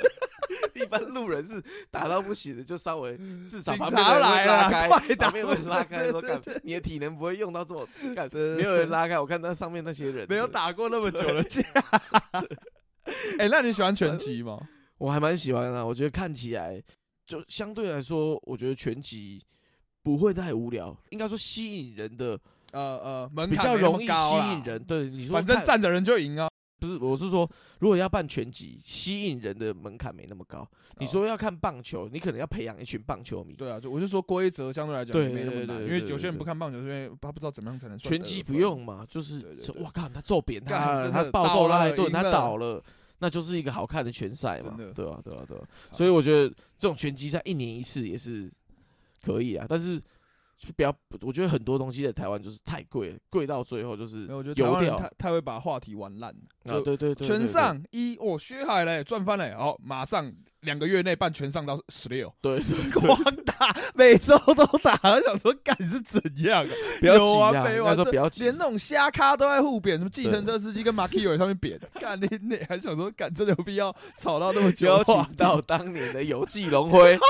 Speaker 1: 一般路人是打到不行的，就稍微至少
Speaker 2: 嗯警
Speaker 1: 旁边
Speaker 2: 察
Speaker 1: 的人
Speaker 2: 来
Speaker 1: 会拉
Speaker 2: 了
Speaker 1: 开，
Speaker 2: 快打
Speaker 1: 旁边会拉开说
Speaker 2: 对对
Speaker 1: 干，你的体能不会用到这么干，
Speaker 2: 对
Speaker 1: 没有人拉开。我看那上面那些人
Speaker 2: 没有，打过那么久的架。 *laughs* 哎、那你喜欢拳击吗？
Speaker 1: 我还蛮喜欢的。我觉得看起来就相对来说，我觉得拳击不会太无聊，应该说吸引人的
Speaker 2: 呃呃，门
Speaker 1: 比
Speaker 2: 槛
Speaker 1: 较
Speaker 2: 没那么
Speaker 1: 容易
Speaker 2: 高
Speaker 1: 吸
Speaker 2: 啦
Speaker 1: 引人。，对，你说
Speaker 2: 反正
Speaker 1: 看
Speaker 2: 站着人就赢啊。
Speaker 1: 不是，我是说，如果要办拳击，吸引人的门槛没那么高。你
Speaker 2: 哦
Speaker 1: 说要看棒球，你可能要培养一群棒球迷。
Speaker 2: 对啊，就我就说规则相对来讲
Speaker 1: 对
Speaker 2: 也没那么
Speaker 1: 对对
Speaker 2: 难，
Speaker 1: 对
Speaker 2: 因为
Speaker 1: 对
Speaker 2: 有些人
Speaker 1: 对
Speaker 2: 不看棒球，是因为他不知道怎么样才能算
Speaker 1: 拳
Speaker 2: 得
Speaker 1: 击不
Speaker 2: 分啊
Speaker 1: 用嘛，就是
Speaker 2: 对对
Speaker 1: 这
Speaker 2: 对
Speaker 1: 我靠，他揍扁
Speaker 2: 干
Speaker 1: 他了，
Speaker 2: 真
Speaker 1: 他
Speaker 2: 的
Speaker 1: 暴
Speaker 2: 倒
Speaker 1: 揍
Speaker 2: 了
Speaker 1: 他一顿，
Speaker 2: 赢
Speaker 1: 他
Speaker 2: 了
Speaker 1: 倒了，那就是一个好看的拳赛嘛
Speaker 2: 真的，
Speaker 1: 对吧、对吧、啊对吧、
Speaker 2: 好
Speaker 1: 所以我觉得这种拳击赛一年一次也是可以啊，但是就不要，我觉得很多东西在台湾就是太贵了，贵到最后就是
Speaker 2: 没有，我觉得台
Speaker 1: 油
Speaker 2: 湾人
Speaker 1: 掉
Speaker 2: 太太会把话题玩烂了。
Speaker 1: 啊，
Speaker 2: 就
Speaker 1: 对对对，
Speaker 2: 全
Speaker 1: 对，
Speaker 2: 上一哦，薛海嘞赚翻嘞，哦，马上两个月内办全上到十六，
Speaker 1: 对对对，
Speaker 2: *laughs* 光打每周都打，我想说干是怎样啊？
Speaker 1: 不要
Speaker 2: 有啊
Speaker 1: 急啊，
Speaker 2: 北
Speaker 1: 那
Speaker 2: 完
Speaker 1: 时候
Speaker 2: 的
Speaker 1: 不要急
Speaker 2: 连，那种瞎咖都在互扁，什么计程车司机跟马 Q 也上面扁，干你你还想说干真的有必要吵到那么
Speaker 1: 不
Speaker 2: 久
Speaker 1: *laughs* 要
Speaker 2: 啊？
Speaker 1: 请到当年的游记龙辉
Speaker 2: *laughs*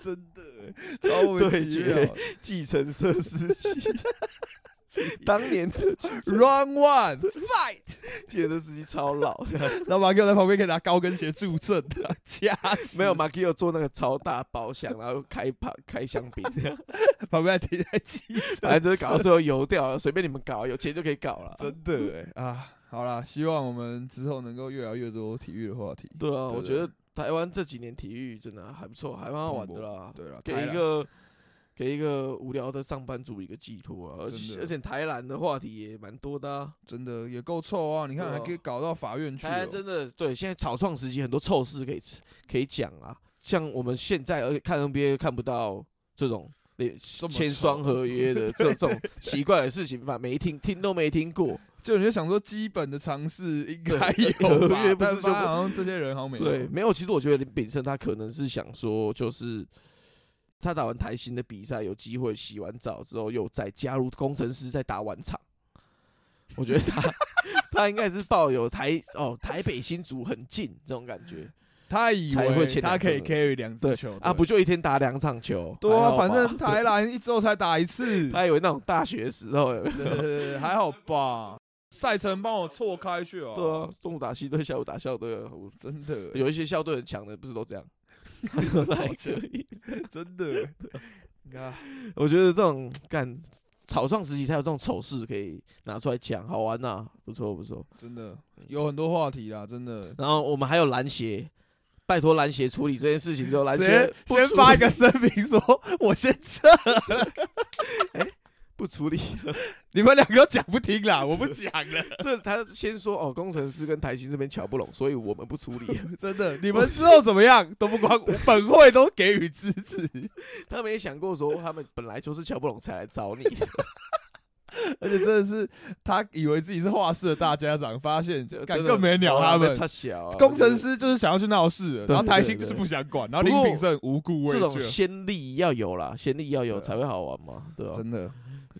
Speaker 2: 真的 *laughs* 超
Speaker 1: 啊
Speaker 2: 啊莫名其妙
Speaker 1: 对决计程车司
Speaker 2: *laughs*
Speaker 1: 机，当年的计程
Speaker 2: Round one fight，
Speaker 1: 计程车司机超老的。
Speaker 2: *laughs* 然后马 Q 在旁边给他高跟鞋助阵的，掐死
Speaker 1: 没有 m a k i o 做那个超大包厢，然后开趴开香槟，
Speaker 2: *laughs* 旁边还停在计程车，
Speaker 1: 反正就是搞到最后油掉了，随便你们搞，有钱就可以搞了。
Speaker 2: 真的哎啊，好啦，希望我们之后能够越来越多体育的话题。
Speaker 1: 对啊，
Speaker 2: 对
Speaker 1: 我
Speaker 2: 对
Speaker 1: 觉得台湾这几年体育真的还不错，还蛮好玩的啦。
Speaker 2: 对了，
Speaker 1: 给
Speaker 2: 开
Speaker 1: 一
Speaker 2: 啦
Speaker 1: 个给一个无聊的上班族一个寄托啊，而
Speaker 2: 真
Speaker 1: 且
Speaker 2: 的
Speaker 1: 而且台南的话题也蛮多的、啊。
Speaker 2: 真的也够臭啊！你看
Speaker 1: 对
Speaker 2: 还
Speaker 1: 啊
Speaker 2: 可以搞到法院去哦
Speaker 1: 台
Speaker 2: 了
Speaker 1: 南，真的对，现在草创时期很多臭事可以吃可以讲啊，像我们现在而且看 NBA 看不到这种。连
Speaker 2: 么
Speaker 1: 签
Speaker 2: 丑
Speaker 1: 双合约的这种 *laughs* 奇怪的事情，吧，没听听都没听过，
Speaker 2: 就你就想说基本的常识应
Speaker 1: 对
Speaker 2: 该有吧
Speaker 1: 合约？不
Speaker 2: 但
Speaker 1: 是
Speaker 2: 是
Speaker 1: 就不
Speaker 2: 好像这些人好像没有
Speaker 1: 对，没有。其实我觉得林炳胜他可能是想说，就是他打完台新的比赛，有机会洗完澡之后，又再加入工程师，再打完场。我觉得
Speaker 2: *laughs*
Speaker 1: 他他应该是抱有台哦台北新竹很近这种感觉
Speaker 2: 他以
Speaker 1: 才会
Speaker 2: 为
Speaker 1: 签
Speaker 2: 他可以
Speaker 1: 两
Speaker 2: carry 两支球
Speaker 1: 啊，
Speaker 2: 队
Speaker 1: 不就一天打两场球？
Speaker 2: 哦对
Speaker 1: 还
Speaker 2: 啊，
Speaker 1: 好
Speaker 2: 反
Speaker 1: 吧 *laughs*，
Speaker 2: 正台南一周才打一次
Speaker 1: 他以为那种大学时候有没有
Speaker 2: 对对对对还好吧？赛程帮我错开去哦。
Speaker 1: 对啊，中午打西队，下午打校队，
Speaker 2: 真的 *laughs*
Speaker 1: 有一些校队很强的，不是都这样？还可以。
Speaker 2: 真
Speaker 1: *laughs*
Speaker 2: 的，啊你看
Speaker 1: 我觉得这种干草创时期才有这种丑事可以拿出来讲，好玩呐、不错不错。
Speaker 2: 真的有很多话题啦，真的。
Speaker 1: 然后我们还有篮协，拜托篮协处理这件事情之后，篮
Speaker 2: 直
Speaker 1: 协
Speaker 2: 接
Speaker 1: 不
Speaker 2: 先
Speaker 1: 处
Speaker 2: 发一
Speaker 1: 理
Speaker 2: 个声明说，我先撤， *laughs*
Speaker 1: 不处理，
Speaker 2: 你们两个都讲不听啦，我不讲了，
Speaker 1: *laughs* 这他先说哦，工程师跟台新这边瞧不拢，所以我们不处
Speaker 2: *laughs*
Speaker 1: 理。
Speaker 2: 真的，你们之后怎么样都不关我，本会都给予支持，
Speaker 1: 他们也想过说，他们本来就是瞧不拢才来找你的，
Speaker 2: 而且真的是他以为自己是画室的大家长，发现
Speaker 1: 就
Speaker 2: 干
Speaker 1: 真的
Speaker 2: 更没鸟他们。
Speaker 1: 差小、啊、
Speaker 2: 工程师就是想要去闹事了，
Speaker 1: 对
Speaker 2: 然后台
Speaker 1: 对
Speaker 2: 新
Speaker 1: 对
Speaker 2: 就是不想管，然
Speaker 1: 不
Speaker 2: 后林
Speaker 1: 过
Speaker 2: 炳胜无故
Speaker 1: 这
Speaker 2: 畏
Speaker 1: 种
Speaker 2: 惧，
Speaker 1: 先例要有啦，先例要有
Speaker 2: 对啊
Speaker 1: 才会好玩嘛，对吧、
Speaker 2: 哦真的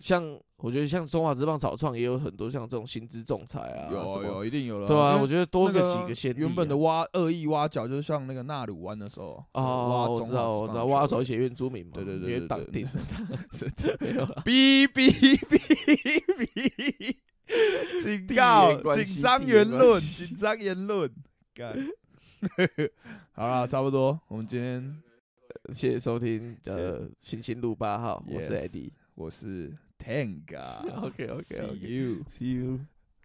Speaker 1: 像我觉得像中华职棒草创也有很多像这种薪资仲裁啊，
Speaker 2: 有
Speaker 1: 什
Speaker 2: 啊
Speaker 1: 么
Speaker 2: 有啊一定有了啊。
Speaker 1: 对啊，
Speaker 2: 因为
Speaker 1: 我觉得多
Speaker 2: 那
Speaker 1: 个几个先例啊、
Speaker 2: 原本的挖恶意挖角，就是像那个纳鲁湾的时候，
Speaker 1: 哦，
Speaker 2: 挖
Speaker 1: 我
Speaker 2: 中
Speaker 1: 知道，
Speaker 2: 华
Speaker 1: 我知
Speaker 2: 职
Speaker 1: 道，
Speaker 2: 棒
Speaker 1: 挖
Speaker 2: 球
Speaker 1: 手写原住民嘛，
Speaker 2: 对对对
Speaker 1: 因
Speaker 2: 对
Speaker 1: 为绑
Speaker 2: 对
Speaker 1: 定
Speaker 2: 真
Speaker 1: 的没有啦，
Speaker 2: 哔哔哔哔， *laughs* 警
Speaker 1: 地缘
Speaker 2: 告！
Speaker 1: 关系
Speaker 2: 紧张
Speaker 1: 地缘
Speaker 2: 言论，
Speaker 1: 关系
Speaker 2: 紧张言论。干， *laughs* 好啦，差不多，我们今天
Speaker 1: *laughs* 谢谢收听，
Speaker 2: 谢谢
Speaker 1: 呃，行星路八号，我是
Speaker 2: Yes
Speaker 1: Eddie，OK *laughs*
Speaker 2: 我是 Tanga，See
Speaker 1: OK OK，See
Speaker 2: you。
Speaker 1: you。